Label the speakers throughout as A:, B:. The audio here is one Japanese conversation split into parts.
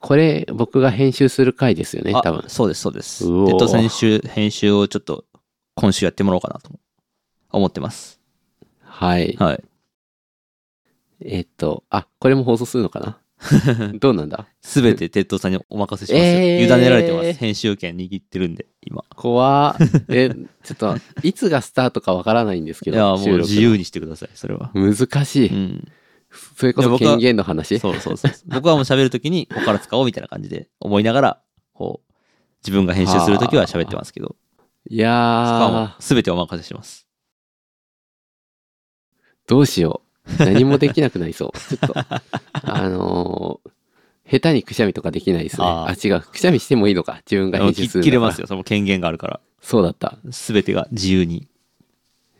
A: これ、僕が編集する回ですよね、多分
B: あ。そうです、そうです。デ
A: うおー
B: ッド選手編集をちょっと今週やってもらおうかなと思ってます。
A: はい。
B: はい。
A: えっと、あ、これも放送するのかな どうなんだ
B: すべて鉄道さんにお任せしますよ。
A: えー
B: 委ねられてます。編集権握ってるんで、今。
A: 怖ーえ、ちょっと、いつがスタートかわからないんですけ
B: いや、
A: ど、
B: もう
A: 収録
B: 自由にしてください、それは。
A: の。難し
B: う
A: い。
B: ん。
A: それこ
B: い
A: そ
B: や僕は
A: 権限の話
B: そうそうそう。 僕はもう喋るときに、ここから使おうみたいな感じで思いながら、こう、自分が編集するときは喋ってますけど、
A: い
B: そこはもう
A: やー、
B: すべてお任せします。
A: どうしよう。何もできなくなりそう。ちょっ と、あのー下手にくしゃみとかできないですね。
B: あ
A: あ違う。くしゃみしてもいいのか。自分が
B: もう
A: 編集
B: 切
A: するんだから。
B: 切れますよ、その権限があるから。
A: そうだった。
B: すべてが自由に。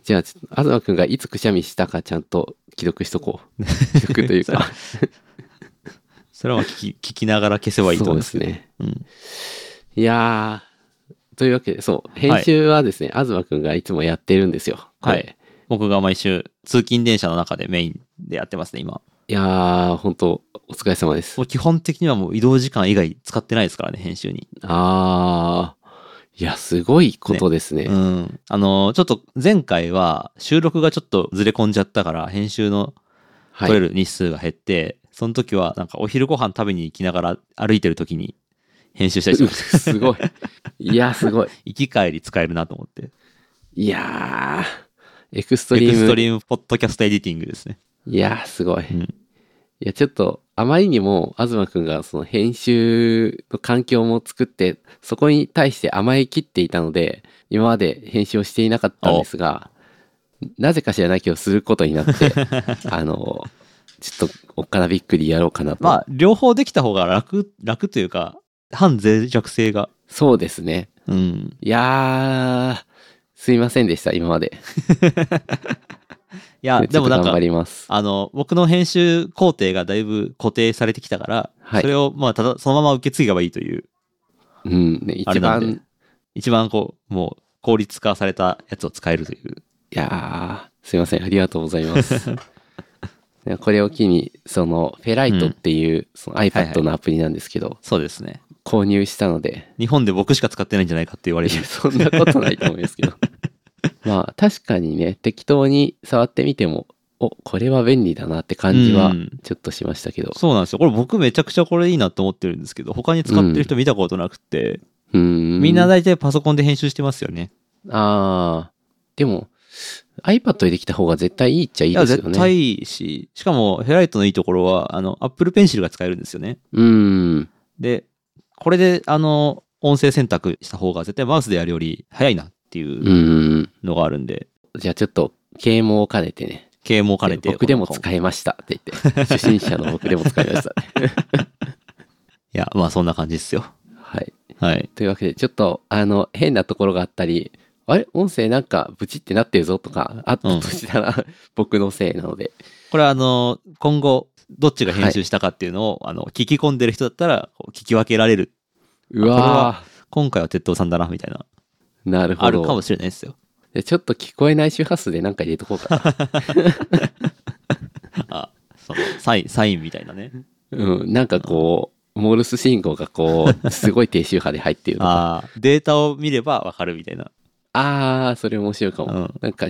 A: じゃあ、ちょっと、東くんがいつくしゃみしたかちゃんと記録しとこ う。記録というか。
B: それは聞き聞きながら消せばいいと
A: そ
B: 思
A: うで
B: うんで
A: す
B: すけど。
A: ね。
B: うん。
A: いやー、というわけで、そう。編集はですね、東くんがいつもやってるんですよ。これ
B: はい僕が毎週、通勤電車の中でメインでやってますね、今。
A: いやー、本当お疲れ様です。
B: もう基本的にはもう移動時間以外使ってないですからね、編集に。
A: あー、いや、すごいことですね。
B: うん。あのーちょっと前回は収録がちょっとずれ込んじゃったから、編集の
A: は
B: 取れ
A: い。
B: る日数が減って、その時はなんかお昼ご飯食べに行きながら歩いてる時に編集したりしまし
A: すごい。いや、すごい
B: た。。行き帰り使えるなと思って。
A: いやー、エクスト
B: エ
A: リ
B: ク
A: ーム。
B: ストリームポッドキャストエディティングですね。
A: いやー、すごい。
B: うん
A: いや、ちょっと、あまりにも、東くんが、その、編集の環境も作って、そこに対して甘えきっていたので、今まで編集をしていなかったんですが、なぜか知らないけど、することにな って、あの、ちょっと、おっかなびっくりやろうかなと。
B: まあ、両方できた方が楽、楽というか、反脆弱性が。
A: そうですね。
B: うん。
A: いやー、すいませんでした、今まで。
B: いや、
A: ち
B: で
A: ょっ
B: も
A: と
B: なん
A: 頑
B: か
A: 張、ります。
B: あの、僕の編集工程がだいぶ固定されてきたから、
A: はい
B: それを、まあ、ただ、そのまま受け継げばいいという、
A: うん、ね、
B: あ
A: 一
B: れなんで
A: 番、
B: 一番こう、もう、効率化されたやつを使えるという。
A: いやー、すいません、ありがとうござい ます。でこれを機に、その、フェライトっていう、その
B: はいは
A: iPad
B: い
A: のアプリなんですけど、
B: そうですね。
A: 購入したので、
B: 日本で僕しか使ってないんじゃないかって言われ
A: い
B: る
A: や。そんなことないと思います けど。まあ、確かにね、適当に触ってみても、お、これは便利だなって感じは
B: うん、
A: ちょっとしましたけど。
B: そうなんですよ。これ僕めちゃくちゃこれいいなと思ってるんですけど、他に使ってる人見たことなくて、
A: うーん。
B: みんな大体パソコンで編集してますよね。
A: あー、でも、iPad でできた方が絶対いいっちゃい
B: い
A: いで
B: や、
A: すよね。
B: 絶対いいし、しかもヘライトのいいところは、あの、Apple Pencil が使えるんですよね。
A: うーん。
B: で、これで、あの、音声選択した方が絶対マウスでやるより早いなって
A: う
B: いう
A: ーん。
B: のがあるんで、
A: じゃあちょっと、啓蒙を兼ねてね、
B: 啓蒙兼ねて。
A: 僕でも
B: この
A: 使えましたって言 って初心者の僕でも使いました、
B: いや、まあそんな感じですよ。
A: はい
B: はい。
A: というわけでちょっとあの変なところがあったりあれ音声なんかブチってなってるぞとかあったとしたら、僕のせいなので
B: これはあの、今後、どっちが編集したかっていうのを、あの、聞き込んでる人だったら、こう聞き分けられる。
A: うわ
B: 今回は鉄道さんだな、みたいな。
A: ーなるほ
B: あるか
A: ど
B: もしれないですよ。
A: でちょっと聞こえない周波数でなんか入れとこうかな、
B: あ、その、サイン、サインみたいな ね。
A: うん、なんかこ うモールス信号がこうすごい低周波で入っているのか
B: ああ、データを見ればわかるみたいな。
A: ああーそれ面白いかも、
B: うん
A: なんか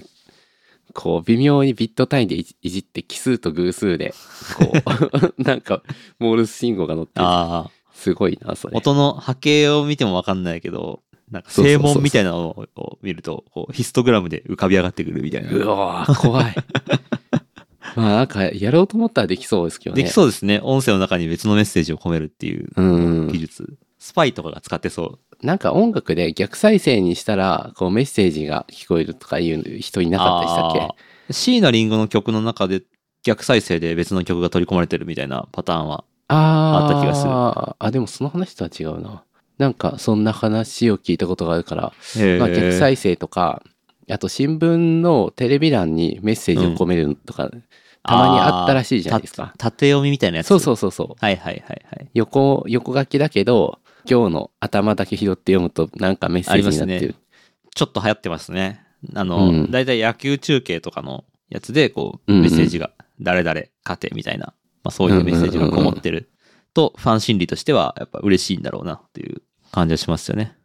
A: こう微妙にビット単位でいじいじって奇数と偶数でこ うなんかモールス信号が乗ってる
B: ああ、
A: すごいな、それ。
B: 音の波形を見てもわかんないけど、なんか
A: そうそう
B: 正
A: そうそう
B: 門みたいなのを見ると、こう、ヒストグラムで浮かび上がってくるみたいうな。
A: わー怖 い。まあ、なんか、やろうと思ったらできそうですけどね。
B: できそうですね。音声の中に別のメッセージを込めるっていう
A: う。
B: 技
A: ん。
B: 術。スパイとかが使ってそう。
A: なんか音楽で逆再生にしたら、こうメッセージが聞こえるとかいう人いなかったでしたっけ
B: あー椎名林檎の曲の中で逆再生で別の曲が取り込まれてるみたいなパターンは。
A: あー
B: あった気がする
A: あ、でもその話とは違うな。なんか、そんな話を聞いたことがあるから、ま
B: ま
A: あ、逆再生とか、あと新聞のテレビ欄にメッセージを込めるとか、たまにあったらしいじゃないですか
B: た縦読みみたいなやつ。。
A: そうそううそうそう。
B: はいはいはいはい。
A: 横、横書きだけど、今日の頭だけ拾って読むとなんかメッセージになってる。
B: ちょっと流行ってますね。あの、
A: うん
B: だいたい野球中継とかのやつで、こう、
A: うんうん
B: メッセージが、誰々勝てみたいな、まあそういうメッセージがこもってるとファン心理としてはやっぱ嬉しいんだろうなっていう感じはしますよね。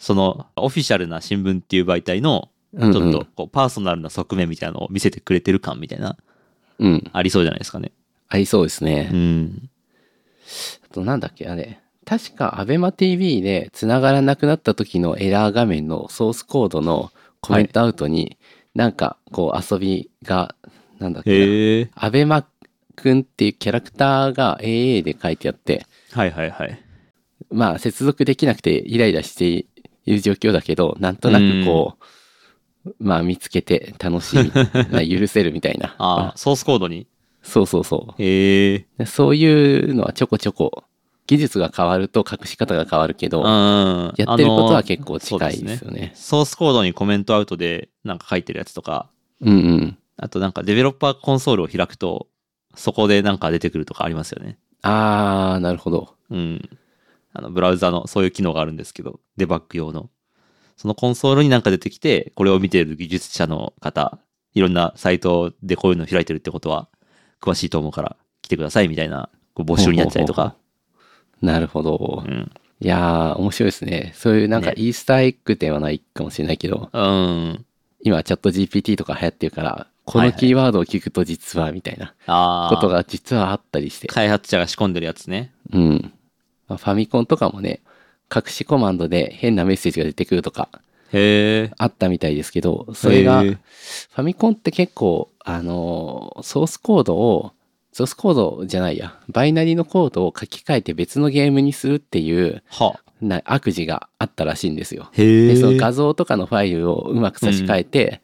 B: そのオフィシャルな新聞っていう媒体の
A: うんうん
B: ちょっとこうパーソナルな側面みたいなのを見せてくれてる感みたいな
A: うん。
B: ありそうじゃないですかね。
A: ありそうですね。
B: うん。
A: あとなんだっけ、あれ。確か、アベマ TV で繋がらなくなった時のエラー画面のソースコードのコメントアウトに、なんかこう遊びが、なんだっけ
B: へえ。
A: な、アベマくんっていうキャラクターが AA で書いてあって、
B: はいはいはい。
A: まあ接続できなくてイライラしている状況だけど、なんとなくこう、まあ見つけて楽しい、まあ許せるみたいな。
B: ああ、ソースコードに。
A: そうそうそう。
B: へえ。
A: でそういうのはちょこちょこ技術が変わると隠し方が変わるけ
B: う
A: ど、
B: ん。や
A: やってることは結構近いですよね。
B: ソースコードにコメントアウトでなんか書いてるやつとか、
A: うんうん。
B: あとなんかデベロッパーコンソールを開くと、そこでなんか出てくるとかありますよね。
A: あー、なるほど。
B: うん。あの、ブラウザのそういう機能があるんですけど、デバッグ用の。そのコンソールになんか出てきて、これを見ている技術者の方、いろんなサイトでこういうの開いてるってことは、詳しいと思うから来てくださいみたいな、こう募集になったりとか。
A: なるほど
B: う。ん。
A: いやー、面白いですね。そういうなんか
B: ね
A: イースターエッグではないかもしれないけど、
B: うん。
A: 今チャット GPT とか流行ってるから、こ
B: はい
A: の
B: はい
A: キーワードを聞くと実はみたいな
B: あ
A: こと
B: あ。
A: が実はあったりして。
B: 開発者が仕込んでるやつね。
A: うん。まあファミコンとかもね、隠しコマンドで変なメッセージが出てくるとか
B: へえ。
A: あったみたいですけど、それが
B: へー
A: ファミコンって結構、あのーソースコードを、ソースコードじゃないや、バイナリのコードを書き換えて別のゲームにするっていう
B: は。
A: な悪事があったらしいんですよ。
B: へ
A: で、その画像とかのファイルをうまく差し替えて、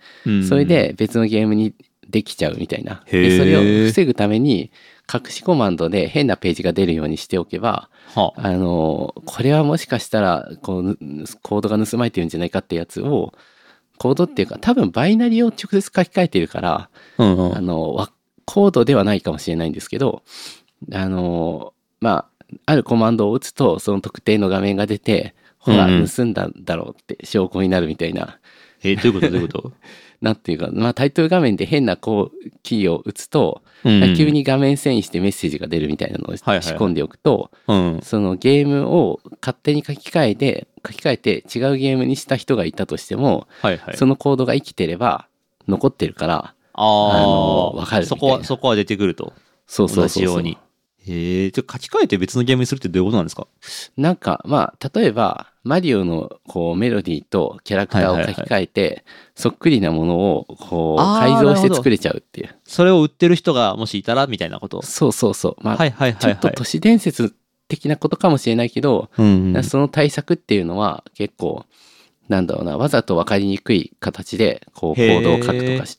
A: それ、で別のゲームにできちゃうみたいな。
B: へー
A: で、それを防ぐために、隠しコマンドで変なページが出るようにしておけば、
B: うんは。
A: あのーこれはもしかしたらこうぬコードが盗まれてるんじゃないかってやつをコードっていうか多分バイナリを直接書き換えてるから、
B: うんうん
A: あのわコードではないかもしれないんですけどあのーまああるコマンドを打つとその特定の画面が出てほら
B: うんうん
A: 盗んだんだろうって証拠になるみたいな、
B: えー、どういうことどういうこと
A: なんていうか、まあ、タイトル画面で変なこうキーを打つと、
B: うん
A: 急。に画面遷移してメッセージが出るみたいなのを仕
B: はいはい
A: 込んでおくと、
B: うん。
A: そのゲームを勝手に書き換えて、書き換えて違うゲームにした人がいたとしても、
B: はいはい。
A: そのコードが生きてれば残ってるから、あ
B: あ
A: の
B: あ、
A: わかるみた
B: そ
A: いな
B: こは、そこは出てくると。
A: そうそうそう
B: 同じよ
A: そう
B: に。へえ、じゃあ書き換えて別のゲームにするってどういうことなんですか
A: なんか、まあ、例えば、マリオのこうメロディーとキャラクターを書き換えて、そっくりなものをこう
B: あー
A: 改造
B: な
A: し
B: るほ
A: て
B: ど
A: 作れちゃうっていう。
B: それを売ってる人がもしいたらみたいなこと。
A: そうそうそう。まあ、
B: はいはい
A: ち
B: は
A: ょ
B: い
A: っ
B: は
A: と
B: い。
A: 都市伝説的なことかもしれないけど、
B: うんうん
A: その対策っていうのは結構なんだろうなわざと分かりにくい形でこうコ
B: へー
A: ードを書くとかし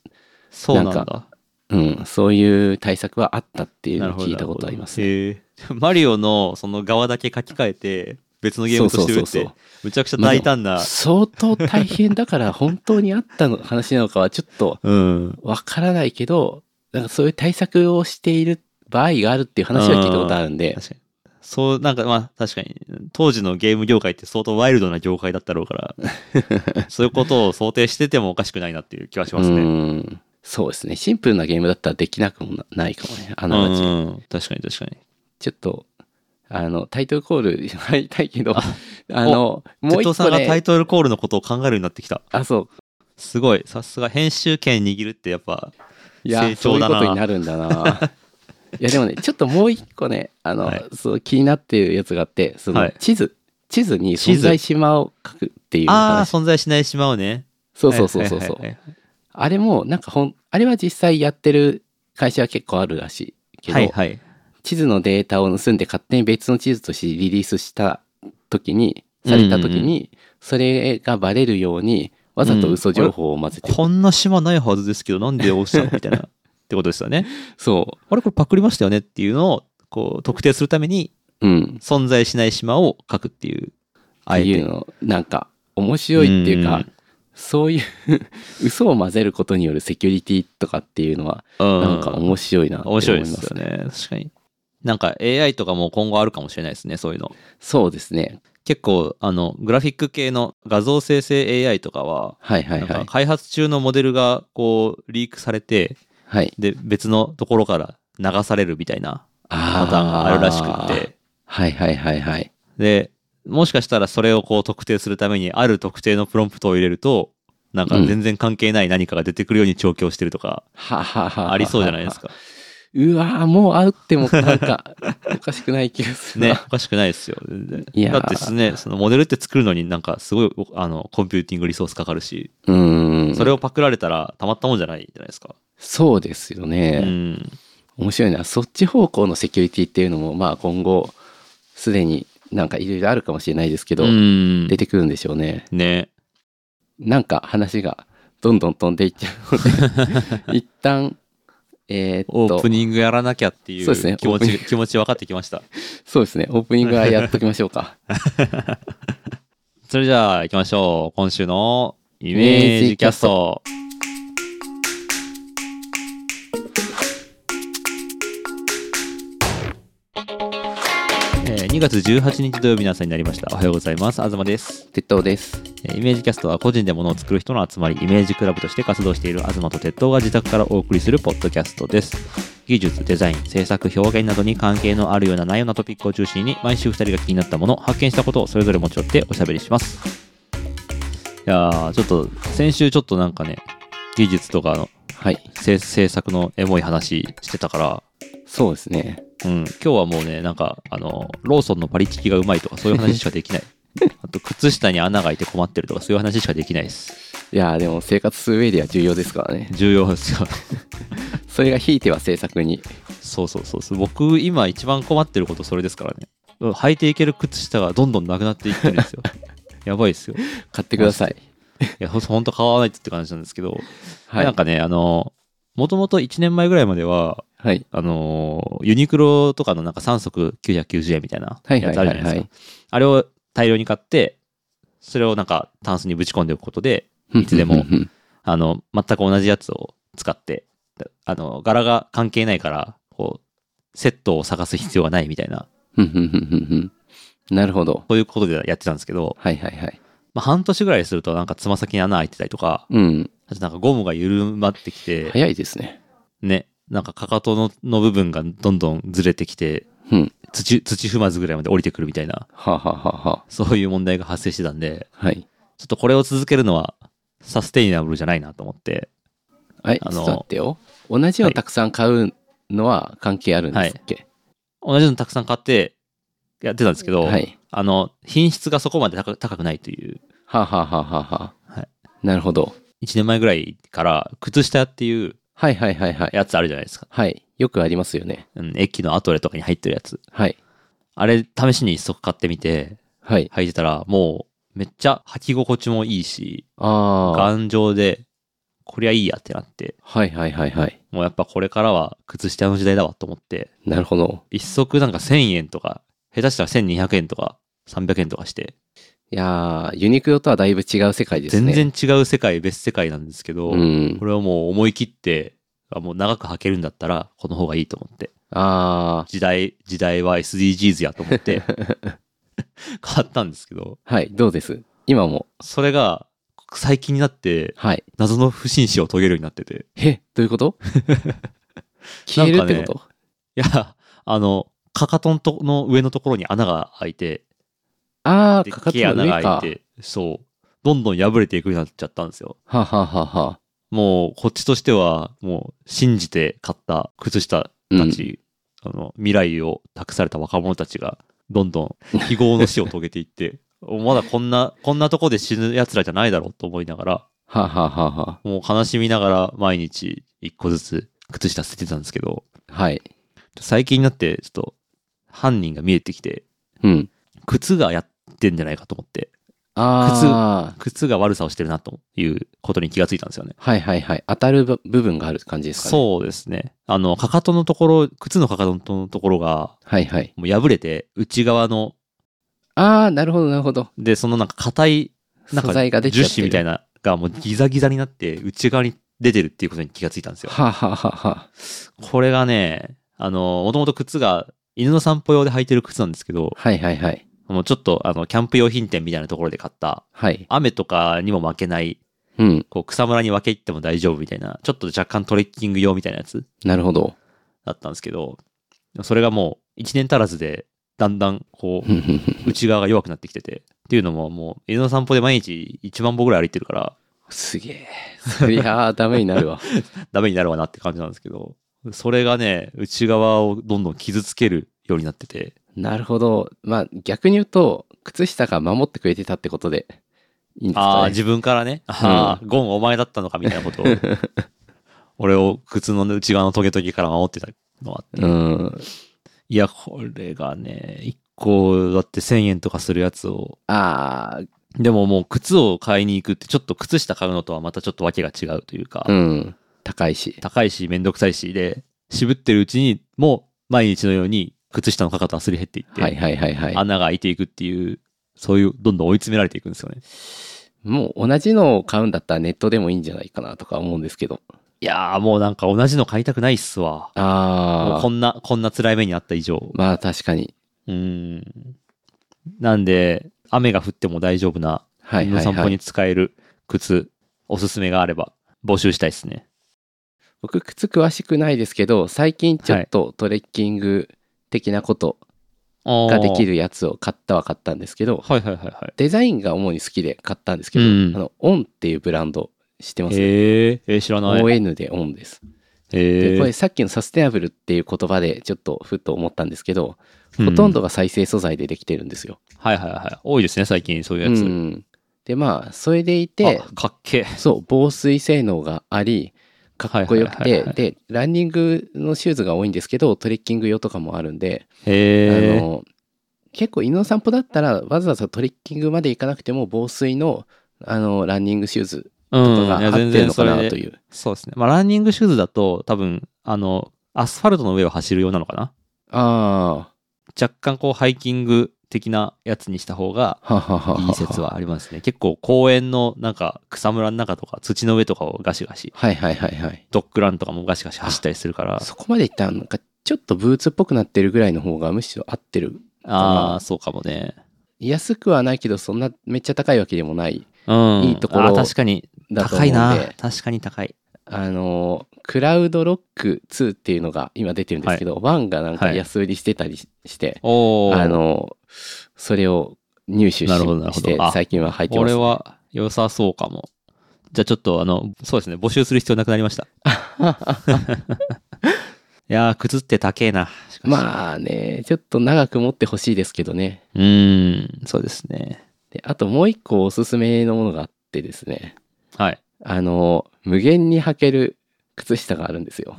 B: そうなん
A: なん
B: だ。
A: うん、そういう対策はあったっていうの
B: なる
A: を
B: ほど。
A: 聞いたことありますね。
B: へえ。 マリオのその側だけ書き換えて別のゲームとして売
A: そうそう
B: る
A: そう
B: って、むちゃくちゃ大胆な。
A: 相当大変だから本当にあったの話なのかはちょっと
B: うん。
A: わからないけど、なんかそういう対策をしている場合があるっていう話は聞いたことあるんで、
B: 確かに。そう、なんかまあ確かに、当時のゲーム業界って相当ワイルドな業界だったろ うから、そういうことを想定しててもおかしくないなっていう気はします
A: う
B: ね。
A: んそうですね。シンプルなゲームだったらできなくもなないかもね。あ
B: う
A: の、
B: ん。確かに確かに。
A: ちょっと、あの、タイトルコール入りたいけど、あの、も
B: 哲
A: う一
B: 藤さ
A: 個
B: んがタイ
A: ね、
B: トルコールのことを考えるようになってきた。
A: あ、そう。
B: すごい。さすが、編集権握るってやっぱ、
A: いや、
B: 成
A: そうい
B: 長
A: う
B: だ
A: こと
B: な
A: になるんだな。いや、でもね、ちょっともう一個ね、あの、
B: はい
A: そう気になっているやつがあって、そ
B: は
A: の
B: い
A: 地図、地図に存在島を書くっていう
B: ああ、
A: 話。
B: 存在しない島をね。
A: そうそうそうそうそう
B: はい。はい
A: あれも、なんかほん、あれは実際やってる会社は結構あるらしいけど、
B: はいはい。
A: 地図のデータを盗んで勝手に別の地図としてリリースした時に、された時
B: うんうん
A: に、それがバレるように、わざと嘘情報を混ぜて、
B: こんな島ないはずですけど、なんで押したのみ たいな。ってことですよね。
A: そ
B: あれこれパクりましたよねっていうのを、こう、特定するために、
A: う、うん、
B: 存在しない島を書くっていう。
A: ああいうの、なんか、面白いっていうか、
B: うん
A: そう いう嘘を混ぜることによるセキュリティとかっていうのは、
B: うん
A: なんか面白いなって思
B: 面
A: います、ね
B: 白いですよね。確かに。なんか AI とかも今後あるかもしれないですね、そういうの。
A: そうですね。
B: 結構、あの、グラフィック系の画像生成 AI とかは、
A: はいはいは
B: なん
A: い
B: か。開発中のモデルがこうリークされて
A: はい。
B: で別のところから流されるみたいな
A: あ
B: パターンがあるらしくっ
A: ー。
B: て。
A: はいはいはいはい。
B: で、もしかしたらそれをこう特定するために、ある特定のプロンプトを入れると、なんか全然関係ない何かが出てくるように調教してるとか、
A: ははは
B: ありそうじゃないです
A: か。
B: か。
A: うわーもう会うってもなん か、おかしくない気がするな。
B: ね、 おかしくないですよ。全然
A: いやー
B: だってですね、そのモデルって作るのになんかすごい、あの、コンピューティングリソースかかるし、
A: うーん。
B: それをパクられたらたまったもんじゃないじゃないですか。
A: そうですよ
B: う
A: ね。
B: ん。
A: 面白いなそっち方向のセキュリティっていうのもまあ今後すでになんかいろいろあるかもしれないですけど、
B: うん
A: 出てくるんでしょうね
B: ね。
A: なんか話がどんどん飛んでいっちゃうの で一旦えー
B: オ
A: っ
B: ー
A: と
B: プニングやらなきゃってい
A: そうですね
B: う気持
A: オープニン
B: ち、気持ち分かってきました。
A: そうですねオープニングはやっときましょう か
B: それじゃあ行きましょう。今週のイメージキャスト。えー2月18日土曜日の朝になりました。おはようございます。東です。
A: 鉄塔です
B: えーイメージキャストは個人で物を作る人の集まり、イメージクラブとして活動している東と鉄塔が自宅からお送りするポッドキャストです。技術、デザイン、制作、表現などに関係のあるような内容なトピックを中心に、毎週2人が気になったもの、発見したことをそれぞれ持ち寄っておしゃべりします。いやー、ちょっと、先週ちょっとなんかね、技術とかの
A: はい
B: 制制作のエモい話してたから、
A: そうですね
B: うん、今日はもうね、なんか、あの、ローソンのパリチキがうまいとか、そういう話しかできない。 あと、靴下に穴が開いて困ってるとか、そういう話しかできないです。
A: いやーでも生活する上では重要ですからね
B: 重要ですよ。
A: それがひいては制作に
B: そうそうそうそう。僕、今一番困ってること、それですからね。履いていける靴下がどんどんなくなっていってる んですよ。やばいですよ。い
A: 買ってください
B: や、ほほんと買わないとって感じなんですけど、
A: はい
B: なんかね、あの、もともと1年前ぐらいまでは、
A: はい
B: あのユニクロとかのなんか3足990円みたいな
A: はいはい
B: やつあ
A: は
B: るじゃないですか。
A: いはい
B: あれを大量に買って、それをなんかタンスにぶち込んでおくことで、いつでもあの、全く同じやつを使って、あの、柄が関係ないから、こう、セットを探す必要がないみたいな、
A: なるほど
B: そういうことでやってたんですけど、
A: はいはいはい
B: まあ、半年ぐらいするとなんかつま先に穴開いてたりとか、
A: うん
B: あとなんかゴムが緩まってきて、
A: 早いですね。
B: ね、なんかかかとのの部分がどんどんずれてきて、
A: うん。
B: 土、土踏まずぐらいまで降りてくるみたいな、
A: はあ、はあはあは
B: そういう問題が発生してたんで、
A: あ、はい。
B: ちょっとこれを続けるのはサステイナブルじゃないなと思って、
A: はい、
B: あの
A: ちょっと待ってよ。同じのたくさん買うのは関係あるんですっけ、
B: 同じのたくさん買ってやってたんですけど、
A: はい
B: あの、品質がそこまで高く高くないという、
A: はあ、はあはあはあはあ
B: はい
A: なるほど。
B: 1年前ぐらいから靴下っていう
A: はいはいはいはい。
B: やつあるじゃないですか。
A: はい。よくありますよね。
B: うん、駅のアトレとかに入ってるやつ。
A: はい。
B: あれ、試しに一足買ってみて、
A: はい。
B: 履いてたら、もう、めっちゃ履き心地もいいし、
A: ああ。
B: 頑丈で、こりゃいいやってなって、
A: はいはいはいはい。
B: もうやっぱこれからは靴下の時代だわと思って、
A: なるほど。
B: 一足なんか1000円とか、下手したら1200円とか、300円とかして、
A: いやーユニクロとはだいぶ違う世界です
B: 全
A: ね。
B: 然違う世界、別世界なんですけど、
A: うん
B: こ。れはもう思い切って、あもう長く履けるんだったら、この方がいいと思って。
A: あ
B: 時代、時代は SDGs やと 思って、買ったんですけど、
A: あ。はい。どうです今も。
B: それが、最近になって、
A: はい。
B: 謎の不審死を遂げるようになってて。
A: え、どういうこと 消えるってこと、
B: いや、あの、かかとのとの上のところに穴が開いて、
A: ああ、
B: で
A: かかと
B: 毛
A: の
B: 穴
A: 上
B: が
A: か。
B: 開いて、そう、どんどん破れていくようになっちゃったんですよ。
A: はあ、はあはあはあ、
B: もう、こっちとしては、もう、信じて買った靴下たち、あの、未来を託された若者たちが、どんどん、非業の死を遂げていって、 まだこんな、こんなとこで死ぬ奴らじゃないだろうと思いながら、
A: はあはあはあは
B: もう悲しみながら毎日一個ずつ靴下捨ててたんですけど、
A: あ。はい。
B: 最近になってちょっと犯人が見えてきて、
A: うん。
B: 靴がやってんじゃないかと思って、
A: ああ。
B: 靴が悪さをしてるなということに気がついたんですよね。
A: はいはいはい。当たる部部分がある感じですかね。う。
B: そうですね。あの、かかとのところ、靴のかかとのところが、
A: はいはい。
B: もう破れて、内側の、
A: ああ、なるほどなるほど。
B: で、そのなんか硬い、なん
A: 素
B: か
A: 材ができちゃ
B: 樹
A: ってる。
B: 脂みたい
A: な。
B: な、がもうギザギザになって、内側に出てるっていうことに気がついたんですよ。
A: はあ、はあはあはあ、
B: これがね、あの、もともと靴が、犬の散歩用で履いてる靴なんですけど、
A: はいはいはい。
B: もうちょっと、あの、キャンプ用品店みたいなところで買った、
A: はい。
B: 雨とかにも負けない、
A: うん。
B: こう、草むらに分け入っても大丈夫みたいな、ちょっと若干トレッキング用みたいなやつ
A: なるほど。
B: だったんですけど、でもそれがもう1年足らずで、だんだんこ
A: うんうんうん
B: う、内側が弱くなってきてて。っていうのももう、犬の散歩で毎日1万歩ぐらい歩いてるから、
A: すげえ。そりゃあダメになるわ。
B: ダメになるわなって感じなんですけど、それがね、内側をどんどん傷つけるようになってて、
A: なるほど。まあ逆に言うと、靴下が守ってくれてたってことでいいんです
B: ああ、
A: かね。
B: 自分からね、ああ、ゴンお前だったのかみたいなこと を、俺を靴の内側のトゲトゲから守ってたのはあって。
A: うん。
B: いや、これがね、1個だって1000円とかするやつを、
A: あ
B: でももう靴を買いに行くって、ちょっと靴下買うのとはまたちょっと訳が違うというか、
A: あ、うん。高いし。
B: 高いし、めんどくさいし、で、渋ってるうちに、もう毎日のように靴下のかかとはすり減っていって、
A: はいはいはいはい。
B: 穴が開いていくっていう、そういう、どんどん追い詰められていくんですよね。
A: もう同じのを買うんだったらネットでもいいんじゃないかなとか思うんですけど。
B: いやー、もうなんか同じの買いたくないっすわ。も
A: あ
B: うこ
A: あ。
B: んな、こんな辛い目にあった以上。
A: まあ確かに。
B: うーん。なんで、雨が降っても大丈夫な、
A: はい
B: 犬の
A: はい
B: 散歩
A: は
B: に
A: い。
B: 使える靴、おすすめがあれば、募集したいですね。
A: 僕靴詳しくないですけど、最近ちょっとトレッキング的なことが
B: が
A: でき
B: る。
A: るやつを買ったは買ったんですけど、
B: はいはいはいはい。
A: デザインが主に好きで買ったんですけど、
B: うん
A: あの、オンっていうブランド知ってます
B: へええー知らない。
A: ON でオンです。
B: へ
A: で
B: え
A: これさっきのサステナブルっていう言葉でちょっとふと思ったんですけど、
B: う
A: ほとんどが再生素材でできてるんですよ。
B: はいはいはい。多いですね、最近、そういう
A: う
B: やつ。
A: ん、でまあそれでいて
B: あかっけえ。
A: そう防水性能がありかっこよく
B: はいはいはいは
A: て
B: い
A: でランニングのシューズが多いんですけどトレッキング用とかもあるんで、あ
B: へえ。
A: の結構犬の散歩だったらわざわざトレッキングまで行かなくても防水のあのランニングシューズとか
B: うん、
A: が
B: いや
A: 合っ
B: 全
A: てる
B: 然
A: の
B: そ
A: か
B: れ
A: な
B: で
A: という。
B: そうですね。まあ、ランニングシューズだと、多分、あの、アスファルトの上を走るようなのかな
A: あ
B: 若干こう、ハイキング的なやつにした方が、
A: あはははは。
B: いい説はありますね。結構公園のなんか草むらの中とか土の上とかをガシガシ、
A: はいはいはいはい。
B: ドッグランとかもガシガシ走ったりするから、
A: そこまでいったらなんかちょっとブーツっぽくなってるぐらいの方がむしろ合ってる。
B: ああ、そうかもね。
A: 安くはないけどそんなめっちゃ高いわけでもない
B: うん。
A: いいところ
B: あー確かに。
A: だと思う
B: 高
A: ん
B: い
A: で。
B: な。確かに高い。
A: あのークラウドロック2っていうのが今出てるんですけど、1がなんか安売りしてたりしして、
B: おお。
A: あのーそれを入手し
B: なるほどなるほど
A: して
B: あ
A: 最近は入って
B: こ
A: ま
B: れ
A: す。
B: は良さそうかも。じゃあちょっとあの、そうですね、募集する必要なくなり ました。いやー、靴って高えな。しかし
A: まあねちょっと長く持ってほしいですけどね
B: うーん、そうですね。
A: であともう一個おすすめのものがあってですね
B: はい。
A: あのー無限に履ける靴下があるんですよ。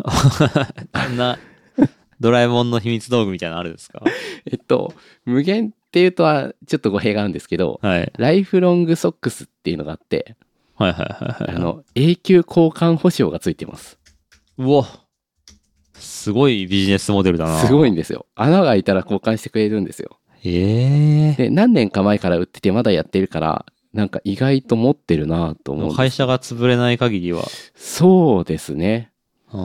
B: あんな、ドラえもんの秘密道具みたいなのあるんですか
A: えっと、無限っていうとはちょっと語弊があるんですけど、
B: はい。
A: ライフロングソックスっていうのがあって、
B: はいはいはい
A: あ
B: はい。
A: の、永久交換保証がついてます。
B: うわ、すごいビジネスモデルだな。
A: すご
B: い。
A: いんですよ。穴が開いたら交換してくれるんですよ。
B: ええ
A: で、何年か前から売っててまだやってるから、なんか意外と持ってるなと思う。
B: 会社が潰れない限りは。
A: そうですね。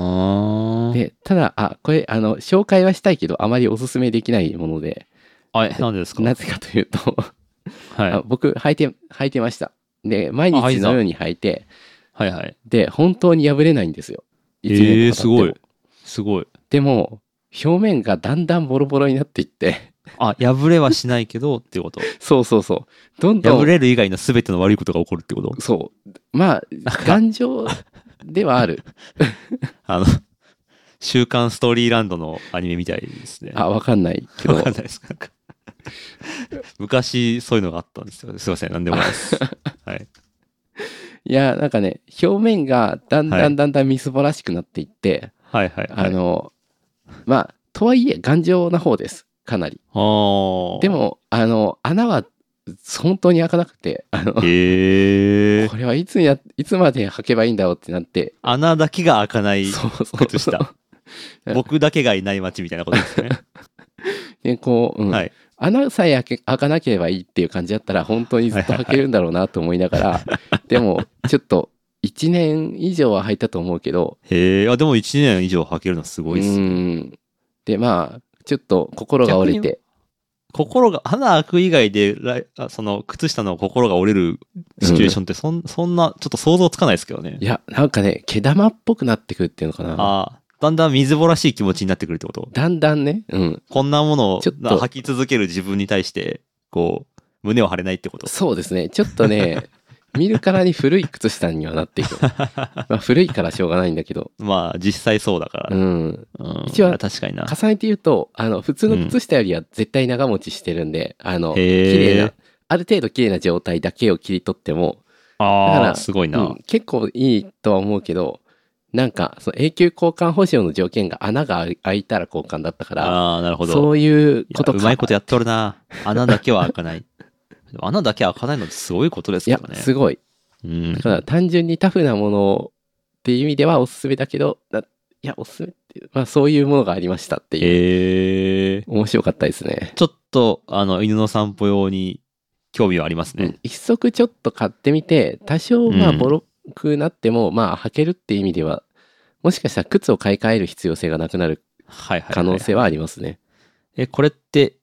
B: あー
A: で、ただ、あ、これ、あの、紹介はしたいけど、あまりおすすめできないもので、
B: あ。え、なんでですか
A: なぜかというと、
B: はい
A: あ。僕、履いて、履いてました。で、毎日のように履いて、
B: はいはい。
A: で、本当に破れないんですよ。
B: え
A: 一年
B: え
A: とか経っても
B: すごい。すごい。
A: でも、表面がだんだんボロボロになっていって、
B: あ、破れはしないけどっていうこと。
A: そうそうそう。どんどん、
B: 破れる以外の全ての悪いことが起こるってこと
A: そう。まあ、頑丈ではあ る。
B: あの、週刊ストーリーランドのアニメみたいですね。
A: あ、わかんないけど
B: わかん。ないです。なんか昔そういうのがあったんですよ。すいません、なんでもないです。 はい。
A: いや、なんかね、表面がだん
B: は
A: だん
B: い
A: だんだんみすぼらしくなっていって、
B: はいはい、はい。
A: あ、の、まあ、とはいえ頑丈な方です。かなり。
B: あー
A: で、も、あの、穴は本当に開かなくて、あの、
B: ええ
A: これはいつや、いつまで履けばいいんだろうってなって、
B: 穴だけが開かない
A: そうそうそう
B: 靴下。僕だけがいない街みたいなことで すね。
A: で、こう、うん
B: はい。
A: 穴さえ開け開かなければいいっていう感じだったら本当にずっと履けるんだろうなと思いながら、でもちょっと1年以上は履いたと思うけど
B: へえ、あ、でも1年以上履けるのす
A: う
B: ごいです。
A: ーんでまあちょっと心が折れて
B: 心が、穴開く以外で、らいあその、靴下の心が折れるシチュエーションって、そん、そんな、ちょっと想像つかないですけどね
A: い。やなんかね毛玉っぽくなってくるっていうのかな
B: ああ、だんだん水ぼらしい気持ちになってくるってこと
A: だんだんね、うん。
B: こんなものを
A: ちょっと
B: な吐き続ける自分に対して、こう、胸を張れないってこと。
A: そうですね。ちょっとね、見るからに古い靴下にはなっていく。 まあ古いからしょうがないんだけど。
B: まあ、実際そうだから。
A: う
B: うん
A: ん。一
B: 一
A: 応
B: 応確かにな。
A: 重ねて言うと、あの、普通の靴下よりは絶対長持ちしてるんで、あの、
B: へ
A: 綺
B: ー
A: 麗な、ある程度綺麗な状態だけを切り取っても、だか
B: ああ、
A: ら
B: すごいな。
A: うん結構いいとは思うけど、なんか、その永久交換保証の条件が穴が開いたら交換だったから、
B: ああ、なるほど。
A: そういう
B: いや
A: ことか。
B: うまいことやっとるな。穴だけは開かない。でも穴だけ開かないのってすごいことです
A: い
B: か
A: や
B: ら、ね。
A: すごい。
B: うん
A: だ。から単純にタフなものっていう意味ではおすすめだけど、ないや、おすすめっていう、まあそういうものがありましたっていう。
B: ええ
A: 面白かったですね。
B: ちょっと、あの、犬の散歩用に興味はあります
A: う
B: ね。
A: ん一足ちょっと買ってみて、多少まあ
B: うん
A: ボロくなっても、まあ履けるっていう意味では、もしかしたら靴を買い替える必要性がなくなる
B: はいはい、はい。
A: 可能性はありますね。
B: え、これって、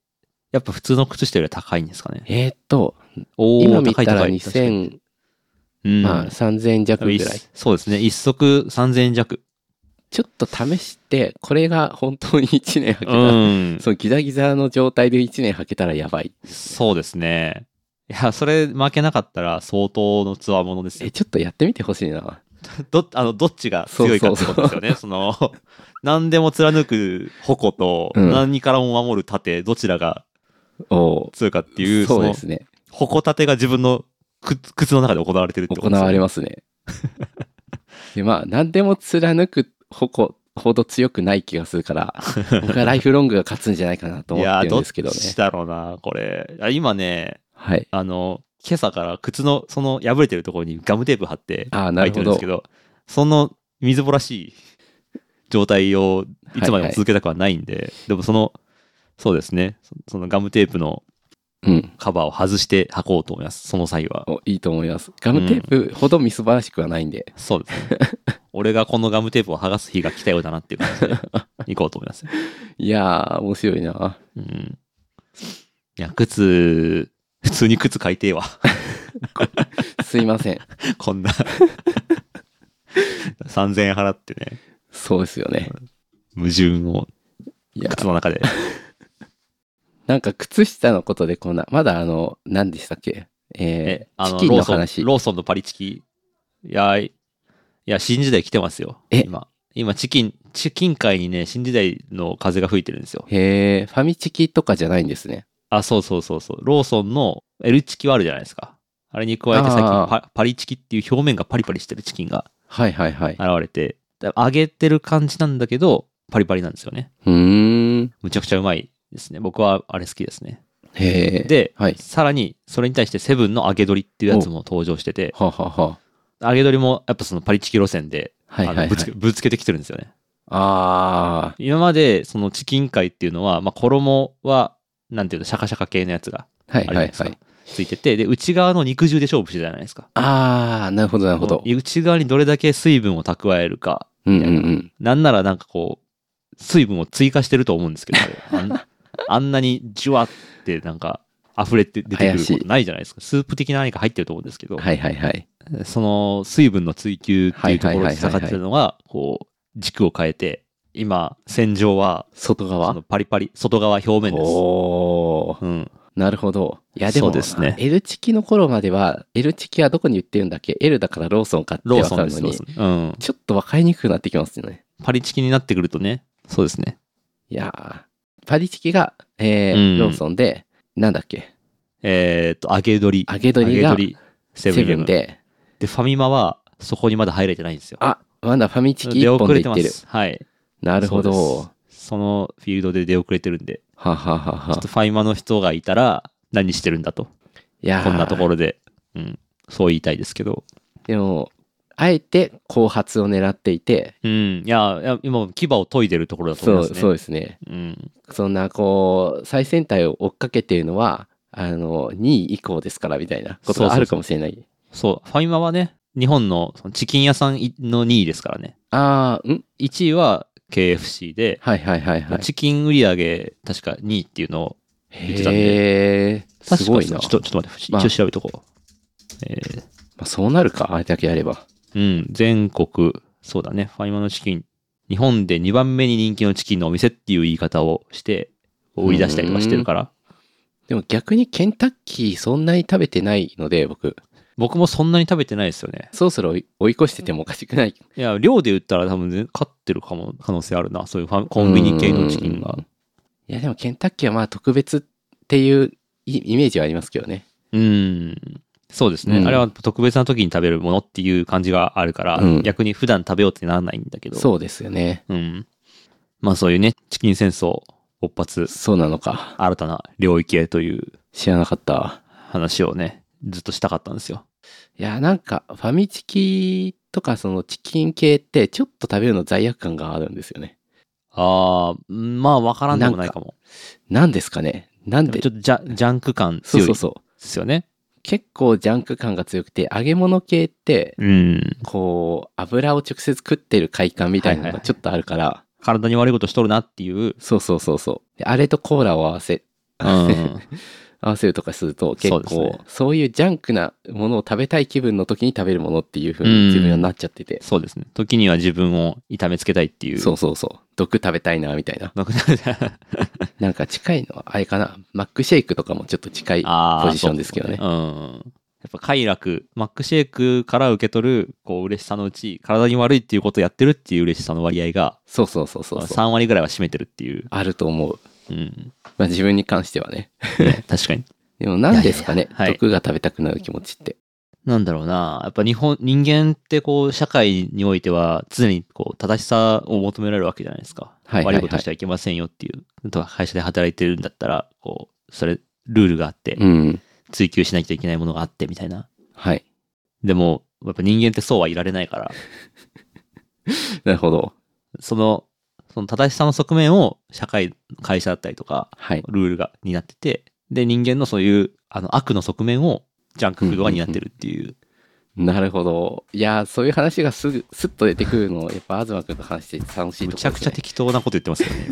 B: やっぱ普通の靴下よりは高いんですかね。
A: えーっと、
B: おお、
A: 今見たら
B: 高い高い
A: 2000、
B: うん
A: まあ3000弱ぐらい。
B: そうですね。一足3000円弱。
A: ちょっと試して、これが本当に1年履 けた
B: う
A: ら、
B: ん。
A: そのギザギザの状態で1年履けたらやばい。
B: そうですね。いや、それ負けなかったら相当のつわものですよ
A: え、。ちょっとやってみてほしいな。
B: ど、あの、どっちが強いかってことですよね。その、 何でも貫く矛と、
A: うん
B: 何からも守る盾、どちらが
A: お
B: 強いかってい
A: ー
B: う、
A: そう
B: そ
A: で
B: の、
A: すね。
B: 矛盾が自分の靴靴の中で行われてるってこと
A: 行
B: ですよ
A: われ
B: ね。
A: ます ね。で、まあ、何でも貫く矛ほど強くない気がするから、 僕はライフロングが勝つんじゃないかなと
B: い
A: 思っ
B: や
A: て
B: ー、
A: る
B: ど
A: ん
B: っ
A: ですけどね。
B: ちだろうな、これ。あ今ね、
A: はい。
B: あの、今朝から靴の、その破れてるところにガムテープ貼って、
A: ああ、なる
B: 入って
A: ほ
B: るんで
A: ど
B: すけ。ど、その水ぼらしい状態をいつまでも続けたくはないんで、でもその、そうですね、そそのガムテープの
A: うん。
B: カバーを外して履こうと思います、その際は。
A: おいいと思います。ガムテープほどみすばらしくはないんで。
B: そうです ね。俺がこのガムテープを剥がす日が来たようだなっていう感じで、行こうと思います。
A: いやー、面白いな。
B: うん。いや、靴、普通に靴買いてえわ。
A: すいません。
B: こんな。3000円払ってね、
A: そうですよね。
B: 矛盾を
A: いや、
B: 靴の中で。
A: なんか靴下のことでこんな、まだあの、何でしたっけえー、チキン
B: ロー
A: の
B: ソン
A: 話。
B: ローソンのパリチキ。いや、いいや、新時代来てますよ。
A: え
B: 今。今、チキン、チキン界にね、新時代の風が吹いてるんですよ。
A: へえ、ファミチキとかじゃないんですね。
B: あ、そうそうそうそう。ローソンの L チキはあるじゃないですか。あれに加えて最近
A: あー
B: パパリチキっていう表面がパリパリしてるチキンが
A: はいはいはい
B: 現。れて、だ揚げてる感じなんだけど、パリパリなんですよね。
A: うーん。
B: むちゃくちゃうまいですね。僕はあれ好きですね。
A: へえ。
B: で、
A: はい。
B: さらに、それに対してセブンの揚げ鶏っていうやつも登場してて、
A: はあはあは
B: 揚げ鶏もやっぱそのパリチキ路線で
A: あ。はい
B: あ
A: はい、は
B: の
A: い。
B: ぶつけぶつけてきてるんですよね。
A: あ
B: 今までそのチキン界っていうのは、まあ、衣はなんていうのシャカシャカ系のやつが
A: あ。は
B: あ
A: い
B: るじゃ
A: は
B: ない
A: い
B: ですか、
A: はい。
B: ついててで内側の肉汁で勝負してたじゃないですか。
A: ああ、なるほどなるほど。
B: 内側にどれだけ水分を蓄えるか
A: うんうんうん。
B: なんならなんかこう水分を追加してると思うんですけど あれあんあんなにジュワってなんか溢れて出てくる
A: 怪し
B: こ
A: い
B: とないじゃないですかスープ的な何か入ってると思うんですけど、
A: はいはいはい。
B: その水分の追求っていうところ
A: は
B: に
A: いはいはいはいはい
B: 下がってるのがこう軸を変えて今戦場は
A: 外
B: そ
A: 側
B: のパリパリ、外側表面です。
A: おー。
B: うん。
A: なるほど。いやでも
B: そうですね
A: L チキの頃までは、L チキはどこに売ってるんだっけ ?L だからローソンかって
B: ロ
A: わ
B: ーソ
A: か
B: ンで
A: るの
B: す、ロー
A: に
B: ソ、ン。うん。
A: ちょっと分かりにくくなってきますよね。
B: パリチキになってくるとね、そうですね。
A: いやーパリチキが、えー
B: うん
A: ローソンで、なんだっけ
B: えーっと、揚げ鶏。
A: 揚げ鶏が
B: 鶏セブ
A: セ
B: ンイ
A: ブ
B: レブ
A: ン
B: ンで。
A: で、
B: ファミマは、そこにまだ入れてないんですよ。
A: あ、まだファミチキ
B: 出
A: 一
B: 遅
A: 本
B: れ
A: で
B: て
A: 行っ
B: ま
A: てる。
B: す。はい。
A: なるほど。
B: そう
A: は
B: です。そのフィールドで出遅れてるんで、
A: ははは
B: ちょ
A: は
B: っと。ファミマの人がいたら、何してるんだと。
A: いやー
B: こんなところで。うん。そう言いたいですけど。
A: でも、あえて後発を狙っていて、
B: うん。いや、いや今、牙を研いでるところだと思
A: そ、
B: いうますね。
A: そうですね。
B: うん。
A: そんな、こう、最先端を追っかけているのは、あの、2位以降ですから、みたいなこと
B: そうそう
A: が
B: そう
A: あるかもしれない。
B: そう。ファミマはね、日本のそのチキン屋さんの2位ですからね。
A: ああ、ん
B: 1位は KFC で、
A: はいはいはいはい。
B: チキン売り上げ、確か2位っていうのを、言ってたん
A: へえ、
B: 確か
A: すごいな。
B: ちょっと、ちょっと待って、
A: まあ
B: 一応調べとこう。えー
A: まあそうなるか、あれだけやれば。
B: うん、全国、そうだね、ファイマのチキン日本で2番目に人気のチキンのお店っていう言い方をして、売り出したりとかしてるから、
A: でも逆にケンタッキーそんなに食べてないので、僕、
B: 僕もそんなに食べてないですよね。
A: そろそろ追い追い越しててもおかしくない。
B: いや、量で言ったら多分、ね、勝ってるかも、可能性あるな。そういうファンコンビニ系のチキンが
A: う。ん。いや、でもケンタッキーはまあ特別っていうイイメージはありますけどね。
B: うん。そうですね、
A: うん
B: あれは特別な時に食べるものっていう感じがあるから、
A: うん
B: 逆に普段食べようってならないんだけど。
A: そうですよね。
B: うん。まあそういうね、チキン戦争勃発、
A: そうなのか。
B: 新たな領域へという
A: 知らなかったわ。
B: 話をね、ずっとしたかったんですよ。
A: いや、なんかファミチキとかそのチキン系ってちょっと食べるの罪悪感があるんですよね。
B: ああ、まあわからんでもないかも。
A: なんですかねなんで
B: ちょっとジャジャンク感
A: そうそ
B: 強い
A: う
B: で
A: そう。
B: すよね。
A: 結構ジャンク感が強くて揚げ物系って
B: うん。
A: こう油を直接食ってる快感みたいなのがちょっとあるから、
B: 体に悪いことしとるなっていう。
A: そうそうそうそうであれとコーラを合わせ
B: うん。
A: 合わせるとかすると結構
B: そ
A: そうう,、
B: ですね
A: いうジャンクなものを食べたい気分の時に食べるものっていう風に自分はなっちゃってて、
B: そうですね。時には自分を痛めつけたいっていう。
A: そうそうそう毒食べたいなみたいななんか近いのはあれかなマックシェイクとかもちょっと近い
B: あー
A: ポジションですけどね
B: そううん。やっぱ快楽、マックシェイクから受け取る、こう、嬉しさのうち、体に悪いっていうことをやってるっていう嬉しさの割合が、
A: そうそうそうそうそう
B: 3割ぐらいは占めてるっていう。
A: あると思う、
B: うん。
A: まあ、自分に関してはね
B: ね確かに。
A: でも何ですかね
B: いやいやいやはい
A: 毒が食べたくなる気持ちって
B: なんだろうな。やっぱ日本、人間ってこう、社会においては、常にこう、正しさを求められるわけじゃないです
A: は
B: か。
A: いはいはい
B: 悪いことしてはいけませんよっていう。とか会社で働いてるんだったら、こう、それ、ルールがあって、
A: うん
B: 追求しなきゃいけないものがあって、みたいな。
A: はい
B: でも、やっぱ人間ってそうはいられないから、
A: なるほど
B: その、その正しさの側面を社会、会社だったりとか、
A: はい
B: ルールが担ってて、で、人間のそういう、あの、悪の側面をジャンクフードが担ってるっていう。
A: なるほどいやーそういう話がすぐスッと出てくるのやっぱ東君と話して楽しいところです、ね、
B: むちゃくちゃ適当なこと言ってますよね。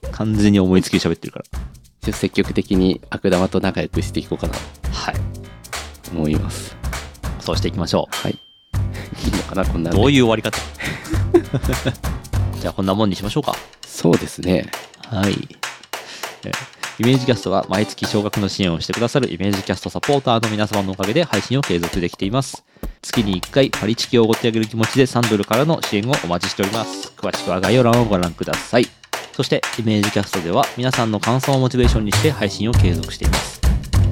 B: 今完全に思いつきで喋ってるか
A: ちょっと積極的に悪玉と仲良くしていこうかなと
B: ら。はい。
A: 思います
B: そうしていきましょ
A: はいいいのかなこんな
B: う。
A: んで
B: どういう終わり方 じゃあこんなもんにしましょうか。
A: そうですね
B: はい。えイメージキャストは毎月少額の支援をしてくださるイメージキャストサポーターの皆様のおかげで配信を継続できています。月に1回パリチキをおごってあげる気持ちで3ドルからの支援をお待ちしております。詳しくは概要欄をご覧ください。そして、イメージキャストでは皆さんの感想をモチベーションにして配信を継続しています。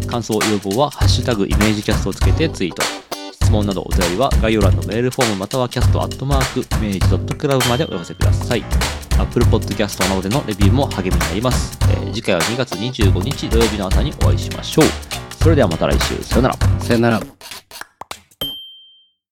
B: 感想、要望は、ハッシュタグイメージキャストをつけてツイート。質問などお便りは概要欄のメールフォームまたはキャストアットマークイメージドットクラブまでお寄せください。Apple Podcast などでのレビューも励みになります。えー次回は2月25日土曜日の朝にお会いしましょう。それではまた来週。さよなら。
A: さよなら